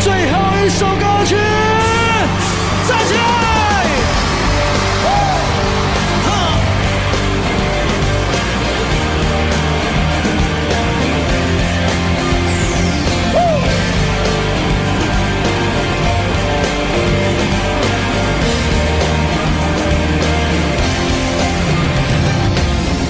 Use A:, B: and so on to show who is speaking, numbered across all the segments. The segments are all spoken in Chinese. A: 最后一首歌曲，站起来！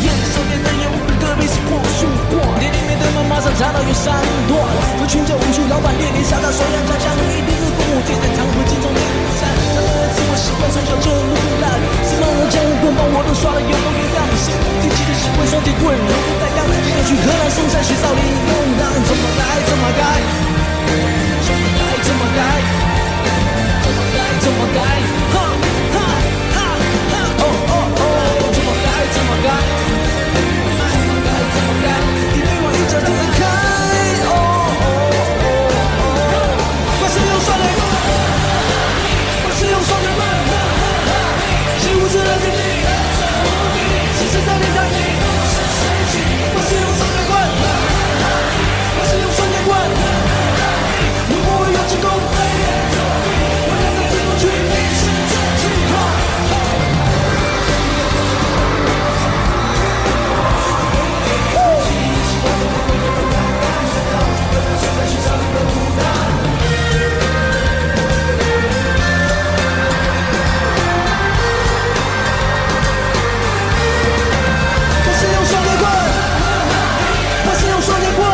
B: 眼少年的烟雾特别是过树过，店里面的门马上查到有三段，有群叫无数，老板列连傻到手痒家乡，一定是父母最擅长和金钟点赞。他们的自我习惯从小就腐烂，什么人江湖棍棒我都耍了有模有样，先天记的习惯双截棍柔不带刚，今天去河南嵩山学少林用当，怎么来怎么改，怎么来怎么改，怎么来怎么改，哈哈哈哈哦哦哦，怎么改怎么改。该怎么改？你对我一脚踢开，哦哦哦哦！我是用双腿，我是用双腿迈，是无知的天地，是时代的大地。我是用双截棍，我是用双截棍，如果我有成功，我让它飞过去。我是用双截棍，我是用双截棍，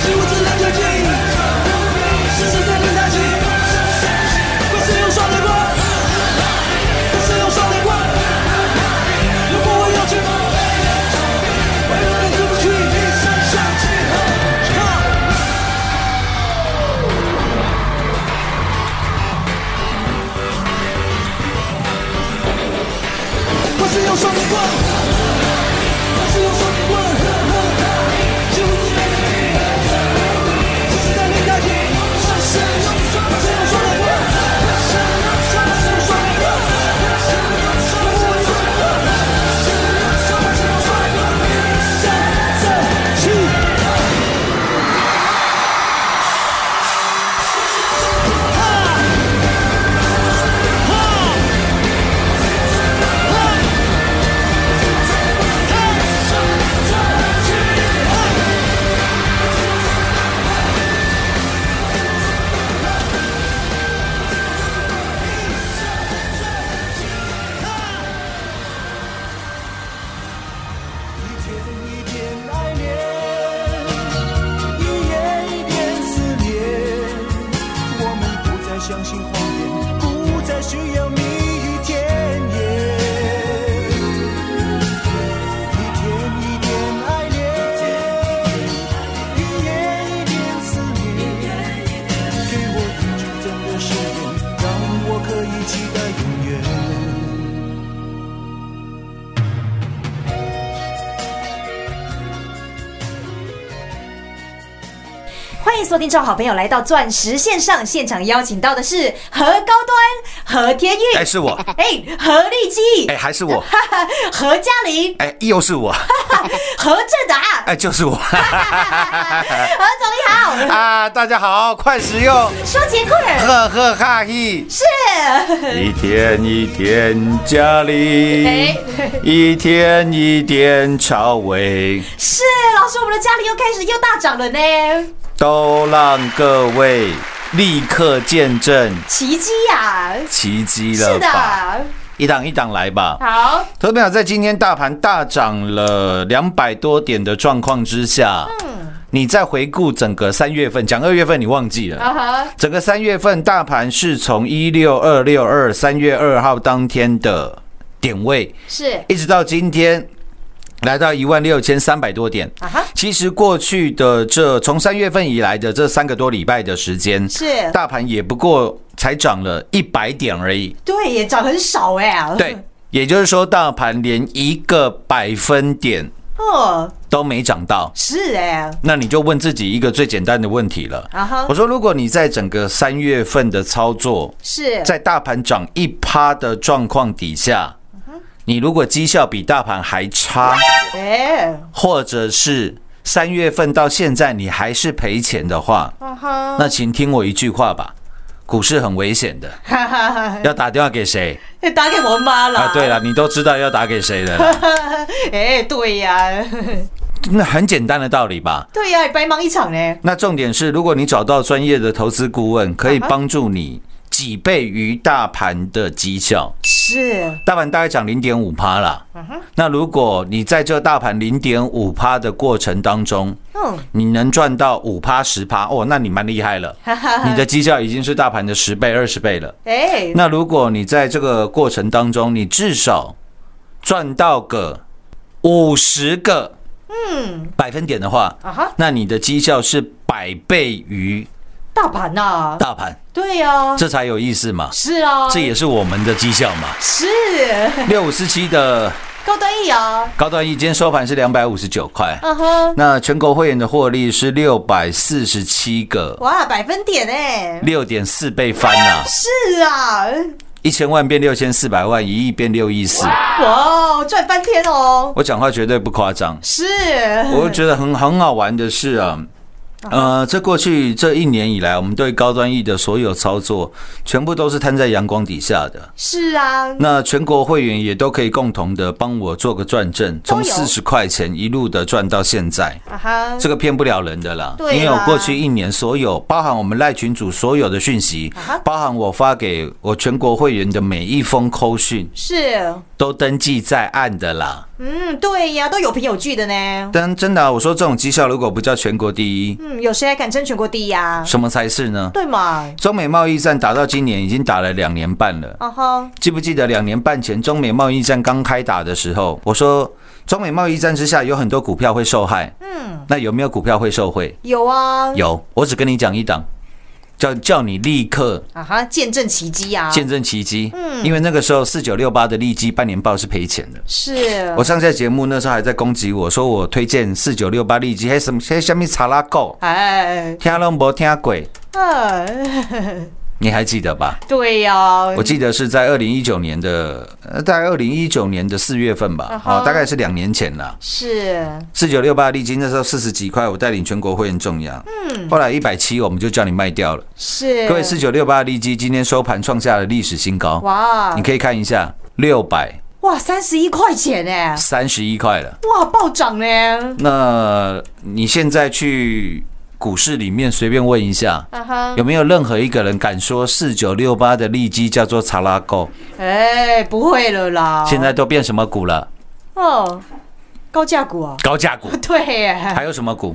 B: 是无知的绝技，是时代的大旗。我是用双截棍，我是用双截棍，如果我有去，我永远出不去。一生相信，哈。我是用双截棍，我是用双截棍，几乎是没敌，这是在练太极。我是用双截棍，我是用双截棍，我是用双截棍，我是用双截棍，三三七。一天一点爱恋，一夜一点思念。我们不再相信谎言，不再需要蜜语甜言。一天一点爱恋，一夜一点思念。给我一句真的誓言，让我可以期待永远。
C: 欢迎锁定众好朋友来到钻石线上，现场邀请到的是何高端、何天玉，
D: 哎，是我，
C: 哎、何立基，
D: 哎，还是我，
C: 哈哈，何嘉 玲，
D: 哎，又是我，
C: 何正 达，
D: 哎，就是我
C: 何总你好，
D: 啊！大家好，快使用，
C: 双节棍儿
D: 呵呵哈嘿，
C: 是，
D: 一天一天加力
C: 哎，
D: 一天一天朝伟，
C: 是老师，我们的嘉玲又开始又大涨了呢，
D: 都让各位立刻见证
C: 奇迹呀、
D: 奇迹
C: 是
D: 了
C: 的，
D: 吧？一档一档来吧。
C: 好，
D: 投资朋友在今天大盘大涨了两百多点的状况之下，
C: 嗯
D: 你再回顾整个三月份，讲二月份你忘记了。
C: 啊哈，
D: 整个三月份大盘是从一六二六二三月二号当天的点位，
C: 是
D: 一直到今天来到一万六千三百多点
C: 啊哈。
D: 其实过去的这从三月份以来的这三个多礼拜的时间，
C: 是
D: 大盘也不过才涨了一百点而已。
C: 对，也涨很少哎、
D: 对，，也就是说，大盘连一个百分点
C: 哦，
D: 都没涨到。
C: 是哎、
D: 那你就问自己一个最简单的问题了。
C: 啊哈
D: 我，说，如果你在整个三月份的操作，
C: 是
D: 在大盘涨一趴的状况底下，你如果绩效比大盘还差，
C: 哎，
D: 或者是三月份到现在你还是赔钱的话，
C: 啊哈，
D: 那请听我一句话吧，股市很危险的，
C: 哈哈 哈，
D: 要打电话给谁
C: 嗯打给我妈了
D: 啊？对了，你都知道要打给谁的啦，
C: 哎，对呀、
D: 那很简单的道理吧。
C: 对呀、白忙一场嘞，
D: 那重点是，如果你找到专业的投资顾问，可以
C: 啊哈
D: 帮助你几倍于大盘的绩效。
C: 是
D: 大盘大概涨零点五趴啦。那如果你在这大盘零点五趴的过程当中，
C: 嗯，
D: 你能赚到五趴十趴，哦，那你蛮厉害了，
C: 哈哈
D: 你的绩效已经是大盘的十倍二十倍了。
C: 哎，
D: 那如果你在这个过程当中，你至少赚到个五十个嗯百分点的话，
C: 啊哈，
D: 那你的绩效是百倍于
C: 大盘呐、
D: 大盘，
C: 对呀、
D: 这才有意思嘛。
C: 是啊，
D: 这也是我们的绩效嘛。
C: 是
D: 六五四七的
C: 高端一啊，
D: 高端一今天收盘是两百五十九块，
C: 啊哈，
D: 那全国会员的获利是六百四十七个，
C: 哇，百分点哎、
D: 六点四倍翻呐、
C: 是啊，
D: 一千万变六千四百万，一亿变六亿四。
C: 哇，赚翻天哦，
D: 我讲话绝对不夸张，
C: 是，
D: 我觉得很很好玩的是啊。呃，这过去这一年以来，我们对高端 E 的所有操作，全部都是摊在阳光底下的。
C: 是啊，
D: 那全国会员也都可以共同的帮我做个转正，从
C: 都有
D: 四十块钱一路的赚到现在。
C: 啊哈，
D: 这个骗不了人的啦，
C: 对啦
D: 因为我过去一年所有，包含我们赖群主所有的讯息
C: 啊哈，
D: 包含我发给我全国会员的每一封扣讯，
C: 是，
D: 都登记在案的啦。
C: 嗯，对呀、都有凭有据的呢。
D: 但真的啊、我说这种绩效如果不叫全国第一，
C: 嗯，有谁还敢争全国第一呀、
D: 什么才是呢？
C: 对嘛？
D: 中美贸易战打到今年已经打了两年半了，
C: 啊哈，
D: 记不记得两年半前中美贸易战刚开打的时候，我说中美贸易战之下有很多股票会受害，嗯，那有没有股票会受惠？
C: 有啊，
D: 有，我只跟你讲一档，叫叫你立刻
C: 啊哈，见证奇迹啊，
D: 见证奇迹。嗯，因为那个时候四九六八的利基半年报是赔钱的。
C: 是
D: 我，上下节目那时候还在攻击我说我推荐四九六八利基，还什么还什么查拉狗，
C: 哎，
D: 听都没听鬼，
C: 啊，
D: 你还记得吧？
C: 对呀、
D: 我记得是在二零一九年的，呃，大概二零一九年的四月份吧，
C: 哈
D: 哦，大概是两年前了。
C: 是
D: 四九六八利基那时候四十几块，我带领全国会员重压，嗯，后来一百七我们就叫你卖掉了。
C: 是，
D: 各位四九六八利基今天收盘创下了历史新高，
C: 哇
D: 你可以看一下六百
C: 哇三十一块钱哎、
D: 三十一块了。
C: 哇暴涨呢，
D: 那你现在去股市里面随便问一下，
C: 啊哈，
D: 有没有任何一个人敢说四九六八的利基叫做查拉狗？
C: 哎不会了啦，
D: 现在都变什么股了？
C: 哦高价股啊，
D: 高价股，
C: 对耶，
D: 还有什么股？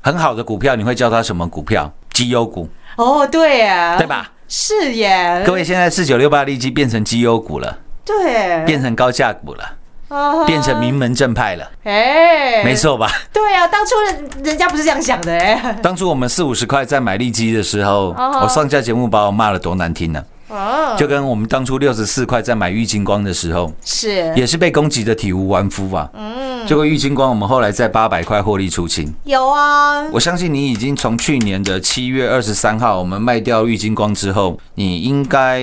D: 很好的股票，你会叫它什么股票？绩优股，
C: 哦对耶，
D: 对？吧？
C: 是耶，
D: 各位，现在四九六八利基变成绩优股了，
C: 对，
D: 变成高价股了，
C: 哎啊哈
D: 变成名门正派了，
C: 哎，
D: 没，错吧？
C: 对啊，当初人人家不是这样想的哎，
D: 当初我们四五十块在买利基的时候，
C: 哦
D: 我上下节目把我骂了多难听呢、
C: 哦
D: 就跟我们当初六十四块在买郁金光的时候，
C: 是
D: 也是被攻击的体无完肤啊。嗯，结果郁金光我们后来在八百块获利出清。
C: 有啊，
D: 我相信你已经从去年的七月二十三号我们卖掉郁金光之后，你应该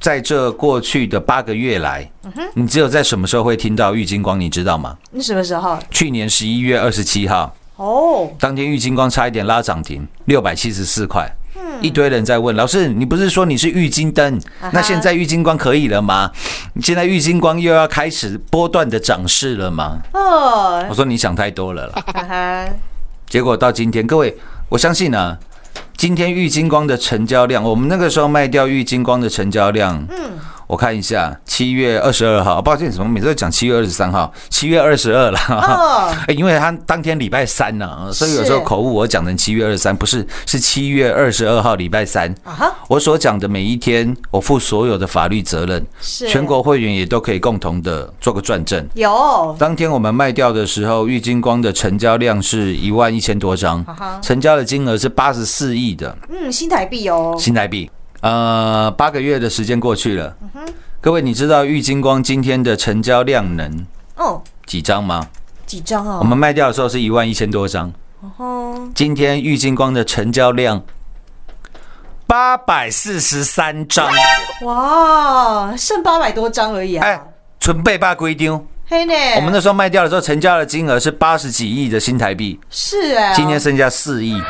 D: 在这过去的八个月来，
C: 嗯
D: 你只有在什么时候会听到郁金光，你知道吗？
C: 你什么时候？
D: 去年十一月二十七号，
C: 哦，
D: 当天玉金光差一点拉涨停，六百七十四块。一堆人在问老师，你不是说你是玉金灯？那现在玉金光可以了吗？现在玉金光又要开始波段的涨势了吗？
C: 哦，
D: 我说你想太多了啦。
C: 哈哈，
D: 结果到今天，各位，我相信啊，今天玉金光的成交量，我们那个时候卖掉玉金光的成交量，嗯，我看一下，七月二十二号，抱歉，怎么每次都讲七月二十三号？七月二十二啦、
C: 哦
D: 哎因为他当天礼拜三呢、啊所以有时候
C: 是
D: 口误我讲成七月二十三，不是，是七月二十二号礼拜三。
C: 啊哈，
D: 我所讲的每一天，我负所有的法律责任，
C: 是
D: 全国会员也都可以共同的做个转正。
C: 有
D: 当天我们卖掉的时候，玉金光的成交量是一万一千多张
C: 啊哈，
D: 成交的金额是八十四亿的
C: 嗯新台币哦，
D: 新台币。呃，八个月的时间过去了，
C: 嗯
D: 各位，你知道玉金光今天的成交量能
C: 哦
D: 几张吗？
C: 几张
D: 我
C: 哦，
D: 们卖掉的时候是一万一千多张，
C: 哦
D: 今天玉金光的成交量八百四十三张，
C: 哇剩八百多张而已
D: 哎
C: 啊，，
D: 纯被霸规丢。
C: 嘿呢，
D: 我们那时候卖掉的时候，成交的金额是八十几亿的新台币，
C: 是哎，
D: 今天剩下四亿，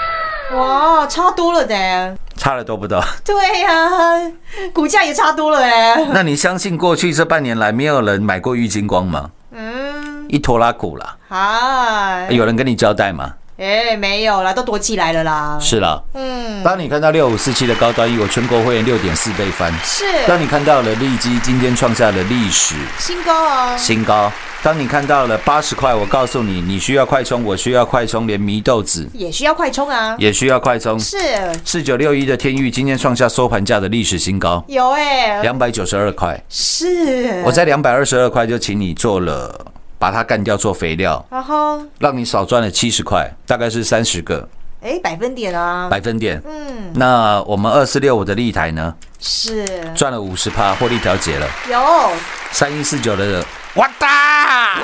C: 哇差多了呢，
D: 差了多不多？
C: 对呀、股价也差多了哎，
D: 那你相信过去这半年来没有人买过郁金光吗？
C: 嗯
D: 一拖拉股啦，
C: 嗨，
D: 有人跟你交代吗？
C: 哎没有啦，都躲起来了啦，
D: 是啦。
C: 嗯
D: 当你看到六五四七的高端一，我全国会员六点四倍翻。
C: 是
D: 当你看到了利基今天创下了历史
C: 新高哦，
D: 新高，当你看到了八十块，我告诉你，你需要快充，我需要快充，连祢豆子
C: 也需要快充啊，
D: 也需要快充。
C: 是
D: 四九六一的天域今天创下收盘价的历史新高，
C: 有哎、
D: 两百九十二块。
C: 是
D: 我在两百二十二块就请你做了，把它干掉做肥料，
C: 然后
D: 让你少赚了七十块，大概是三十个
C: 哎百分点啊，
D: 百分点。
C: 嗯
D: 那我们二四六五的立台呢，
C: 是
D: 赚了五十趴，获利调节了。
C: 有
D: 三一四九的哇 哒，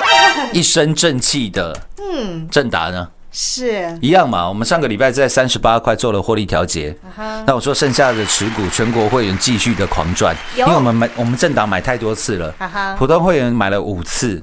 D: 一身正气的
C: 嗯
D: 正达呢，
C: 是
D: 一样嘛。我们上个礼拜在三十八块做了获利调节。
C: 哈
D: 那我说剩下的持股，全国会员继续的狂赚，因
C: 有
D: 为我们买我们正达买太多次了，
C: 哈哈
D: 普通会员买了五次，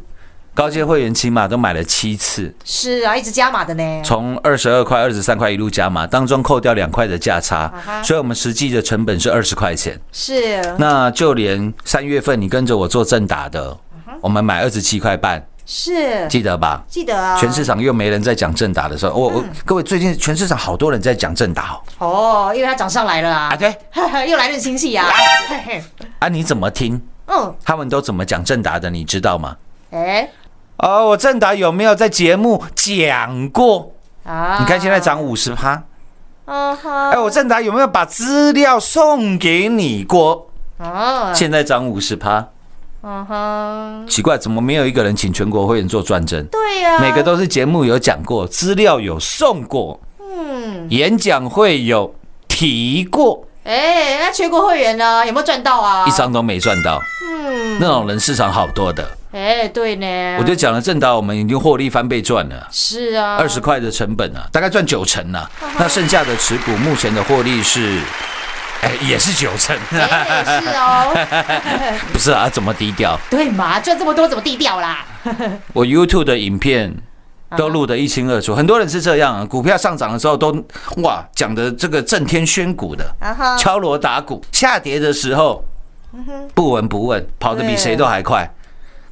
D: 高阶会员起码都买了七次，
C: 是啊一直加码的呢，
D: 从二十二块、二十三块一路加码，当中扣掉两块的价差
C: 啊，哈嗯
D: 所以我们实际的成本是二十块钱。
C: 是
D: 那就连三月份你跟着我做正打的，
C: 嗯
D: 我们买二十七块半，
C: 是
D: 记得吧？
C: 记得啊，嗯
D: 全市场又没人在讲正打的时候，我我各位最近全市场好多人在讲正打哦
C: 哦，因为它涨上来了啊
D: 啊，，对
C: 又来认亲戚啊， 嘿嘿
D: 啊，你怎么听？
C: 嗯
D: 他们都怎么讲正打的，你知道吗？
C: 哎
D: 哦，我正打有没有在节目讲过？
C: 啊，
D: 你看现在涨五十趴，
C: 啊哈，
D: 哎，我正达有没有把资料送给你过？
C: 啊
D: 现在涨五十趴，
C: 啊哈，
D: 奇怪，怎么没有一个人请全国会员做转正？
C: 对呀、
D: 每个都是节目有讲过，资料有送过，
C: 嗯
D: 演讲会有提过，
C: 哎，那全国会员呢有没有赚到啊？
D: 一张都没赚到。
C: 嗯
D: 那种人市场好多的，
C: 哎对呢，
D: 我就讲了，正达我们已经获利翻倍赚了。
C: 是啊
D: 二十块的成本啊，大概赚九成啊。那剩下的持股目前的获利是，哎，也是九成。啊
C: 哎是哦，
D: 不是啊，怎么低调？
C: 对嘛，赚这么多怎么低调啦？
D: 我 YouTube 的影片都录得一清二楚，很多人是这样、啊，股票上涨的时候都哇讲的这个震天宣鼓的，
C: 啊哈，
D: 敲锣打鼓；下跌的时候不闻不问，跑得比谁都还快。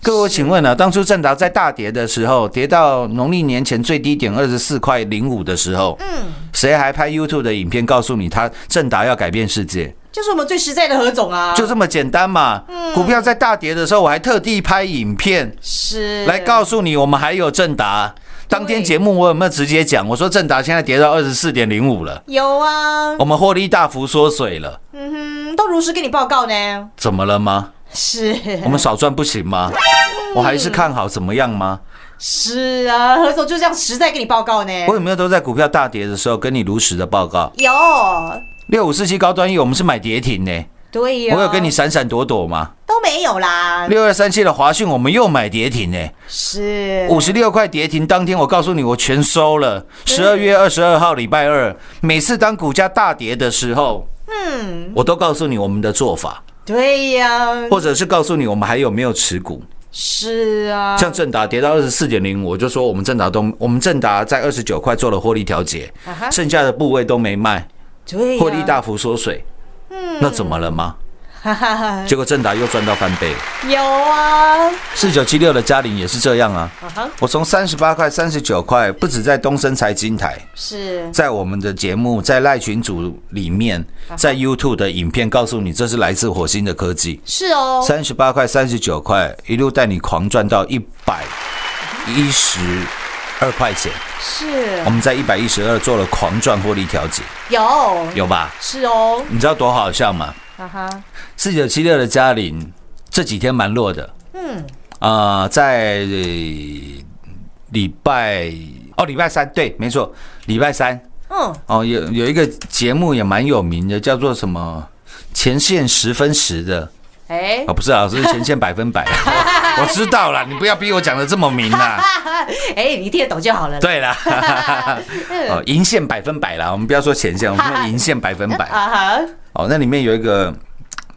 D: 各位，我请问啊，当初正达在大跌的时候，跌到农历年前最低点二十四块零五的时候，
C: 嗯，
D: 谁还拍 YouTube 的影片告诉你他正达要改变世界？
C: 就是我们最实在的何总啊，嗯
D: 就这么简单嘛。股票在大跌的时候，我还特地拍影片。
C: 是
D: 来告诉你，我们还有正达。当天节目我有没有直接讲？我说正达现在跌到二十四点零五了，
C: 有啊，
D: 我们获利大幅缩水了，
C: 嗯，都如实跟你报告呢，
D: 怎么了吗？
C: 是
D: 我们少赚不行吗？我还是看好怎么样吗？
C: 是啊，何总就这样实在跟你报告呢，
D: 我有没有都在股票大跌的时候跟你如实的报告？
C: 有，
D: 六五四七高端一，我们是买跌停呢、
C: 对呀，
D: 我有嗯跟你闪闪躲躲吗？
C: 都没有啦，
D: 六二三七的华讯，我们又买跌停呢、
C: 是
D: 五十六块跌停，当天我告诉你，我全收了。十二月二十二号，礼拜二，每次当股价大跌的时候，嗯，我都告诉你我们的做法，
C: 对呀，
D: 或者是告诉你我们还有没有持股。
C: 是啊，
D: 像正达跌到二十四点零，我就说我们正达都，我们正达在二十九块做了获利调节
C: 啊哈，哎
D: 剩下的部位都没卖，
C: 对呀，嗯
D: 获利大幅缩水。那怎么了吗？结果正达又赚到翻倍。
C: 有啊，
D: 四九七六的嘉玲也是这样啊，我从三十八块、三十九块，不止在东升财经台，
C: 是
D: 在我们的节目，在赖群组里面，
C: 啊
D: 在 YouTube 的影片告诉你，这是来自火星的科技，
C: 是哦，
D: 三十八块、三十九块，一路带你狂赚到一百一十二块钱。
C: 是
D: 我们在一百一十二做了狂赚获利调节，
C: 有
D: 有吧？
C: 是哦，
D: 你知道多好笑吗？
C: 哈哈，
D: 四九七六的嘉玲这几天蛮弱的，
C: 嗯，
D: 啊、在呃礼拜哦，礼拜三对，没错，礼拜三
C: 嗯，
D: 哦，有有一个节目也蛮有名的，叫做什么“前线十分十”的
C: 哎
D: 啊、哦，不是啊，是前线百分百。我知道了，你不要逼我讲的这么明啦。
C: 哎，你听得懂就好了。
D: 对啦， 哦，银线百分百啦，我们不要说前线，我们说银线百分百。
C: 啊哈，
D: 哦，那里面有一个，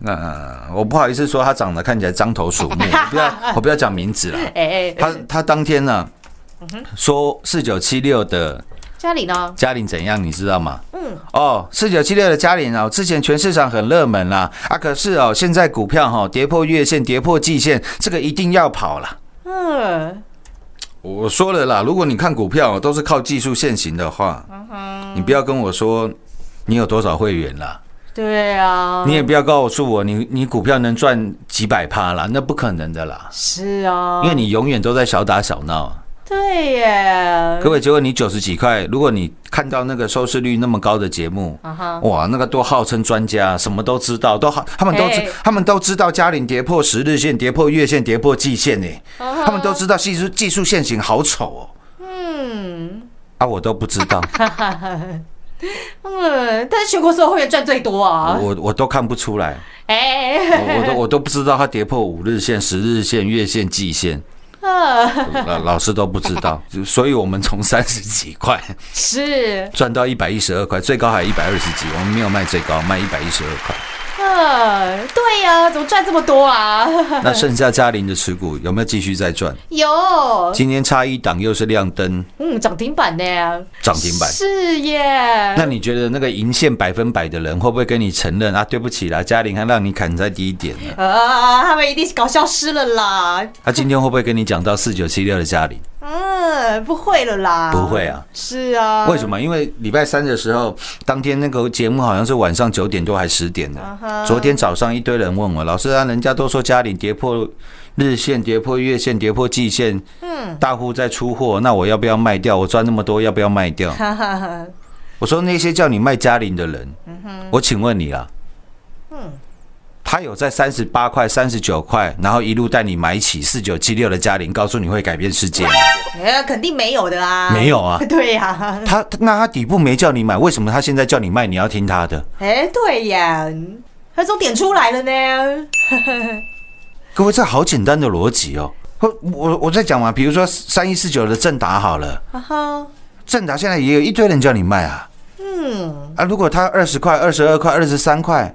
D: 呃，我不好意思说他长得看起来獐头鼠目，我不要我不要讲名字了。
C: 哎，
D: 他他当天呢、说四九七六的
C: 家里呢？
D: 嘉玲怎样，你知道吗？嗯。哦，四九七六的嘉玲哦，之前全市场很热门啦，啊，可是哦，现在股票哈、跌破月线，跌破季线，这个一定要跑啦。
C: 嗯，
D: 我说了啦，如果你看股票、哦都是靠技术现行的话，你不要跟我说你有多少会员啦，
C: 对啊，
D: 你也不要告诉我你你股票能赚几百趴啦，那不可能的啦，
C: 是嗯啊，
D: 因为你永远都在小打小闹啊。
C: 对耶，
D: 各位，结果你九十几块，如果你看到那个收视率那么高的节目，
C: 啊哈，
D: 哇，那个都号称专家，什么都知道，都好，他们都知
C: 嘿，
D: 他们都知道嘉玲跌破十日线、跌破月线、跌破季线呢，
C: 啊
D: 他们都知道技术技术线型好丑哦，
C: 嗯
D: 啊，我都不知 道，
C: 嗯，但是全国所有会员赚最多啊，
D: 我我都看不出来，我
C: 哎，
D: 我都我都不知道它跌破五日线、十日线、月线、季线，
C: 嗯
D: 老 老师都不知道，就所以我们从三十几块
C: 是，
D: 赚到一百一十二块，最高还一百二十几，我们没有卖最高，卖一百一十二块。
C: 嗯，对呀，怎么赚这么多啊？
D: 那剩下嘉玲的持股有没有继续再赚？
C: 有，
D: 今天差一档又是亮灯
C: 嗯，涨停板呢，
D: 涨停板。
C: 是耶，
D: 那你觉得那个银线百分百的人会不会跟你承认啊？对不起啦，嘉玲还让你砍在低一点呢。
C: 啊，他们一定是搞消失了啦，
D: 他、今天会不会跟你讲到四九七六的嘉玲？
C: 嗯，不会了啦，
D: 不会啊，
C: 是啊，
D: 为什？么？因为礼拜三的时候，当天那个节目好像是晚上九点多还十点
C: 啊
D: 呢。
C: 哈
D: 昨天早上一堆人问我，老师啊，人家都说嘉玲跌破日线、跌破月线、跌破季线，嗯，大户在出货，那我要不要卖掉？我赚那么多，要不要卖掉？
C: 哈哈哈，
D: 我说那些叫你卖嘉玲的人，我请问你啦，他有在三十八块、三十九块，然后一路带你买起四九七六的嘉玲，告诉你会改变世界吗，
C: 哎，肯定没有的啊，
D: 没有啊
C: 对呀，
D: 他那他底部没叫你买，为什么他现在叫你卖？你要听他的？
C: 哎，对呀，他终点出来了呢，
D: 各位，这好简单的逻辑哦。我我我在讲嘛，比如说三一四九的正达好了，
C: 哈哈，
D: 正达现在也有一堆人叫你卖啊
C: 嗯，
D: 啊！如果他二十块、二十二块、二十三块，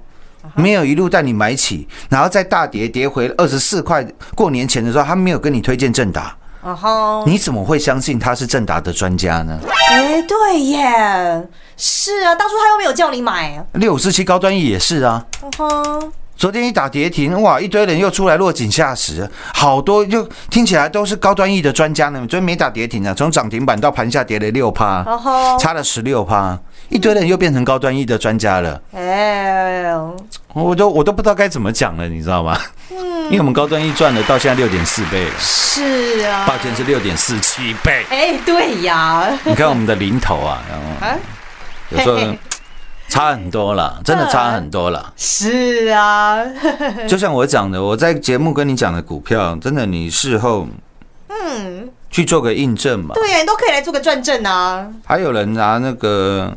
D: 没有一路带你买起，然后再大跌跌回二十四块，过年前的时候他没有跟你推荐正达，
C: 啊哈，
D: 你怎么会相信他是正达的专家呢？
C: 哎，对耶，是啊，当初他又没有叫你买，
D: 六五四七高端也是啊，
C: 啊哈，
D: 昨天一打跌停，哇，一堆人又出来落井下石，好多就听起来都是高端 E 的专家呢。昨天没打跌停啊，从涨停板到盘下跌了六趴
C: 哦吼，
D: 差了十六趴，一堆人又变成高端 E 的专家了，
C: 哎，
D: 我都我都不知道该怎么讲了，你知道吗？
C: 嗯
D: 因为我们高端 E 赚了到现在六点四倍了，
C: 是啊，
D: 抱歉是六点四七倍。
C: 哎，对呀，
D: 你看我们的零头啊，然后
C: 啊，
D: 有时候
C: 嘿嘿
D: 差很多了，真的差很多了。
C: 是啊，
D: 就像我讲的，我在节目跟你讲的股票，真的你事后
C: 嗯，
D: 去做个印证嘛。
C: 对呀，你都可以来做个转正啊，
D: 还有人拿那个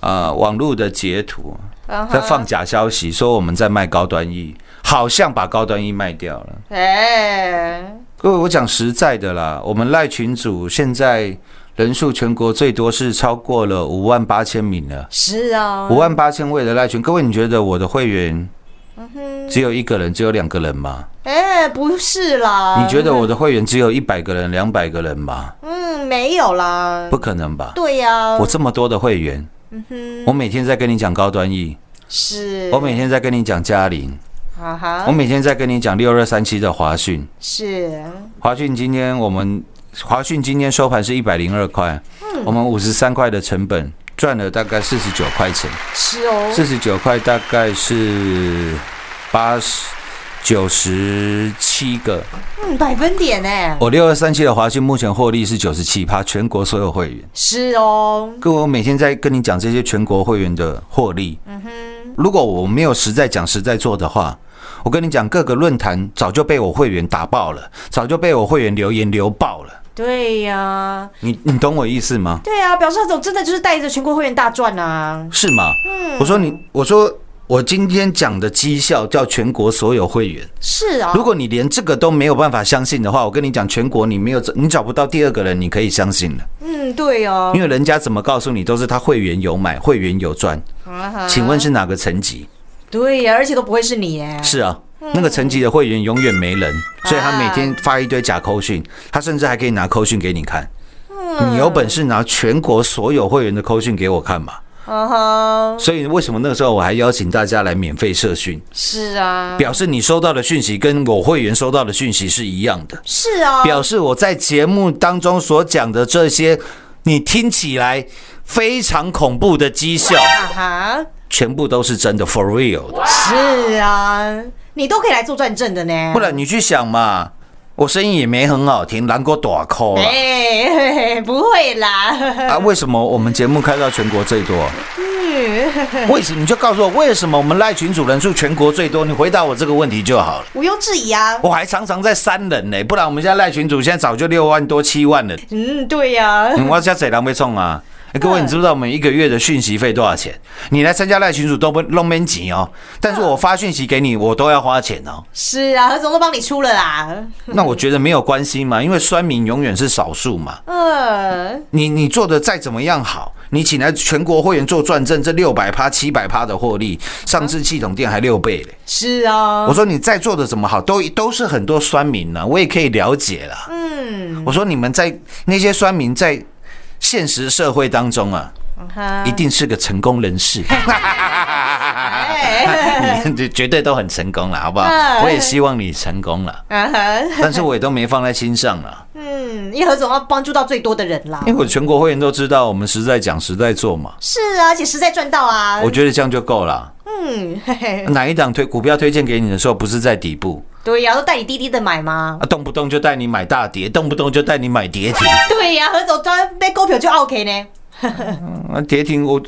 D: 呃网络的截图
C: 啊哈
D: 在放，假消息，说我们在卖高端 E，好像把高端 E 卖掉了。
C: 哎，
D: 各位，我讲实在的啦，我们赖群组现在人数全国最多是超过了五万八千名了，
C: 是啊，
D: 五万八千位的赖群。各位，你觉得我的会员
C: 嗯哼
D: 只有一个人，只有两个人吗？
C: 哎，不是啦，
D: 你觉得我的会员只有一百个人、两百个人吗？
C: 嗯，没有啦，
D: 不可能吧？
C: 对呀、嗯
D: 我这么多的会员，我每天在跟你讲高端 E，
C: 是，
D: 我每天在跟你讲嘉玲，
C: 啊哈，
D: 我每天在跟你讲六二三七的华讯，
C: 是啊
D: 华讯今天我们华讯今天收盘是一百零二块，
C: 嗯
D: 我们五十三块的成本赚了大概四十九块钱，
C: 是哦，
D: 四十九块大概是八十九十七个。
C: 嗯，百分点哎，
D: 我六二三七的华讯目前获利是九十七趴，全国所有会员。
C: 是哦，
D: 各位，我每天在跟你讲这些全国会员的获利。如果我没有实在讲、实在做的话，我跟你讲，各个论坛早就被我会员打爆了，早就被我会员留言留爆了。
C: 对呀、
D: 你你懂我意思吗？
C: 对啊，表示他总真的就是带着全国会员大赚啊，
D: 是吗？我说你，我说我今天讲的绩效叫全国所有会员。
C: 是啊，
D: 如果你连这个都没有办法相信的话，我跟你讲，全国你没有找你找不到第二个人你可以相信了，
C: 嗯，对哦
D: 因，为人家怎么告诉你都是他会员有买，会员有赚。
C: 啊哈
D: 请问是哪个层级？
C: 对呀、而且都不会是你哎，
D: 是啊，那个层级的会员永远没人，所以他每天发一堆假扣讯，他甚至还可以拿扣讯给你看。你有本事拿全国所有会员的扣讯给我看嘛？
C: 啊哈，
D: 所以为什么那个时候我还邀请大家来免费社训，
C: 是啊，
D: 表示你收到的讯息跟我会员收到的讯息是一样的，
C: 是啊，
D: 表示我在节目当中所讲的这些，你听起来非常恐怖的绩效，
C: 啊哈，
D: 全部都是真的，for real 的。
C: 是啊，你都可以来做转正的呢，
D: 不然你去想嘛，我声音也没很好听，难过打 call 了。
C: 哎、嘿嘿不会啦，
D: 啊，为什么我们节目开到全国最多？为什么你就告诉我为什么我们赖群主人数全国最多？你回答我这个问题就好了。
C: 毋庸置疑啊，
D: 我还常常在删人呢、不然我们现在赖群主现在早就六万多七万了。
C: 嗯，对呀、
D: 嗯、我家谁狼狈送啊？欸各位，你知不知道我们一个月的讯息费多少钱？你来参加赖群主都不弄边急哦，但是我发讯息给你，我都要花钱哦。
C: 是啊，何总都帮你出了啦，
D: 那我觉得没有关系嘛，因为酸民永远是少数嘛。
C: 呃，
D: 你你做的再怎么样好，你请来全国会员做转正，这六百趴、七百趴的获利，上至系统店还六倍嘞。
C: 是啊，
D: 我说你再做的怎么好，都都是很多酸民呢、我也可以了解啦。嗯，我说你们在那些酸民在现实社会当中啊，
C: 哈
D: 一定是个成功人士。 你绝对都很成功了，好不好？
C: 嗯
D: 我也希望你成功了，
C: 啊哈，
D: 但是我也都没放在心上了，
C: 嗯，因为何总要帮助到最多的人啦，
D: 因为我全国会员都知道，我们实在讲实在做嘛。
C: 是啊，而且实在赚到啊，
D: 我觉得这样就够了。
C: 嗯，嘿嘿，
D: 哪一档推股票推荐给你的时候，不是在底部
C: 对呀、都带你滴滴的买嘛，
D: 啊，动不动就带你买大跌，动不动就带你买跌停
C: 对呀、何总专被股票就 OK 呢，
D: 啊，跌停我，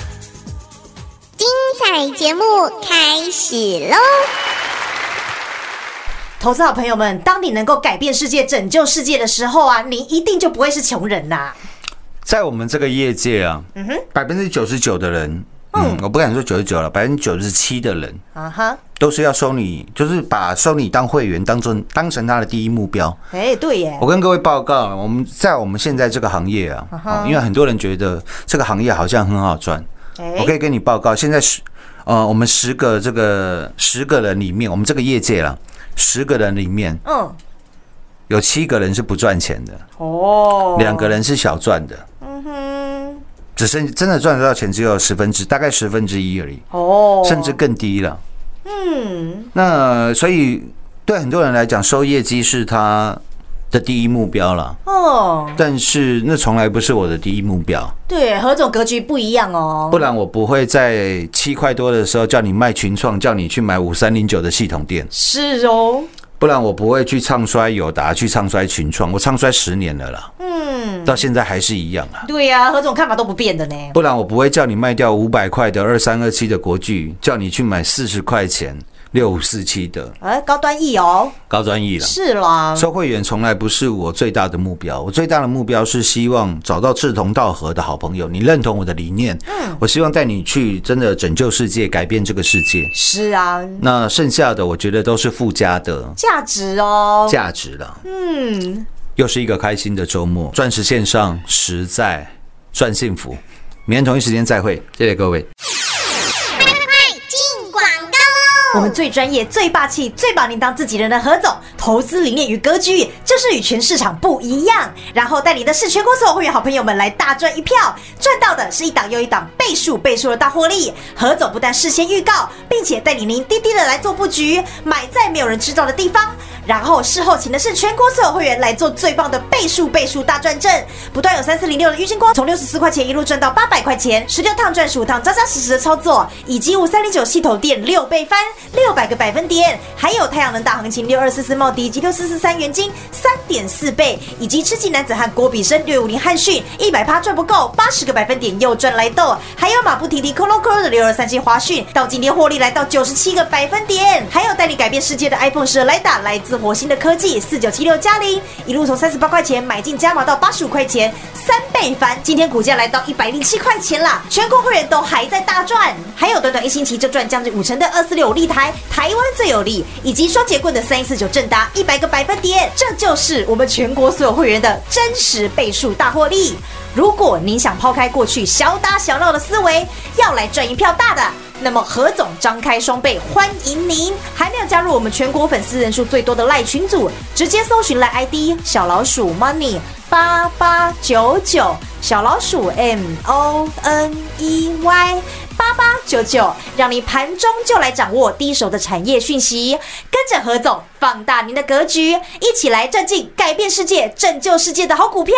E: 彩节目开始喽！
C: 投资好朋友们，当你能够改变世界、拯救世界的时候啊，你一定就不会是穷人啦。
D: 在我们这个业界啊，百分之九十九的人嗯，我不敢说九十九了，百分之九十七的人
C: 啊哈，
D: 都是要收你，就是把收你当会员当成当成他的第一目标。
C: 哎，对耶
D: 我，跟各位报告，我们在我们现在这个行业啊，哦因为很多人觉得这个行业好像很好赚，
C: 哎
D: 我可以跟你报告，现在十呃，我们十个这个十个人里面，我们这个业界啦，十个人里面
C: 嗯，
D: 有七个人是不赚钱的，
C: 哦，
D: 两个人是小赚的，
C: 嗯哼，
D: 只剩真的赚得到钱只有十分之，大概十分之一而已，
C: 哦，
D: 甚至更低了。
C: 嗯，
D: 那所以对很多人来讲，收业绩是他的第一目标了，
C: 哦，
D: 但是那从来不是我的第一目标。
C: 对，何总格局不一样哦，
D: 不然我不会在七块多的时候叫你卖群创，叫你去买五三零九的系统店；
C: 是哦，
D: 不然我不会去唱衰友达，去唱衰群创。我唱衰十年了啦，
C: 嗯，
D: 到现在还是一样啊。
C: 对呀、何总看法都不变的呢，
D: 不然我不会叫你卖掉五百块的二三二七的国巨，叫你去买四十块钱六五四七的
C: 哎，高端易哦，
D: 高专一了。
C: 是啊啦，
D: 收会员从来不是我最大的目标，我最大的目标是希望找到志同道合的好朋友，你认同我的理念，
C: 嗯
D: 我希望带你去真的拯救世界，改变这个世界。
C: 是啊，
D: 那剩下的我觉得都是附加的
C: 价值哦，
D: 价值了。
C: 嗯，
D: 又是一个开心的周末，钻石线上实在赚幸福。明天同一时间再会，谢谢各位。
E: 进广告喽！
C: 我们最专业、最霸气、最把您当自己人的何总，投资理念与格局就是与全市场不一样，然后带领的是全国所有会员好朋友们来大赚一票，赚到的是一档又一档倍数倍数的大获利。何总不但事先预告，并且带领您滴滴的来做布局，买在没有人知道的地方。然后事后请的是全国所有会员来做最棒的倍数倍数大赚阵，不断有三四零六的郁金光从六十四块钱一路赚到八百块钱，十六趟赚十五趟，扎扎实实的操作，以及五三零九系统店六倍翻六百个百分点，还有太阳能大行情六二四四茂迪以及六四四三元金三点四倍，以及吃鸡男子汉郭比生六五零汉逊一百趴赚不够，八十个百分点又赚来豆，还有马不停蹄 Colo Colo 的六二三七华讯到今天获利来到九十七个百分点，还有带你改变世界的 iPhone 十来打来自火星的科技四九七六加零，一路从三十八块钱买进加码到八十五块钱，三倍翻，今天股价来到一百零七块钱啦，全国会员都还在大赚，还有短短一星期就赚将近五成的二四六立台，台湾最有利，以及双节棍的三一四九正达一百个百分点，这就是我们全国所有会员的真实倍数大获利。如果您想抛开过去小打小闹的思维，要来赚一票大的，那么何总张开双臂欢迎您！还没有加入我们全国粉丝人数最多的赖群组，直接搜寻赖 ID 小老鼠 money 八八九九，小老鼠 m o n e y 八八九九，让你盘中就来掌握第一手的产业讯息，跟着何总放大您的格局，一起来赚进改变世界、拯救世界的好股票。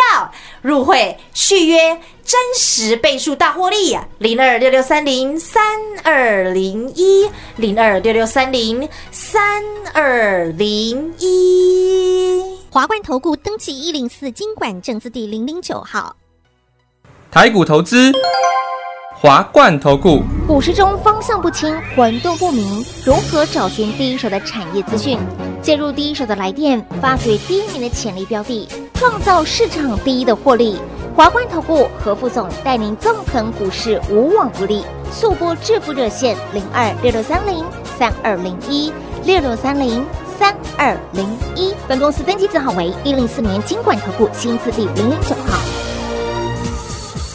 C: 入会续约，真实倍数大获利，零二六六三零三二零一，零二六六三零三二零一。
E: 华冠投顾登记一零四经管证字第零零九号，
F: 台股投资，华冠投顾。
G: 股市中方向不清、混沌不明，如何找寻第一手的产业资讯？介入第一手的来电，发掘第一名的潜力标的，创造市场第一的获利。华冠投顾何副总带领纵横股市，无往不利。速播致富热线零二六六三零三二零一六六三零三二零一。本公司登记字号为一零四年经管投顾新字第零零九号。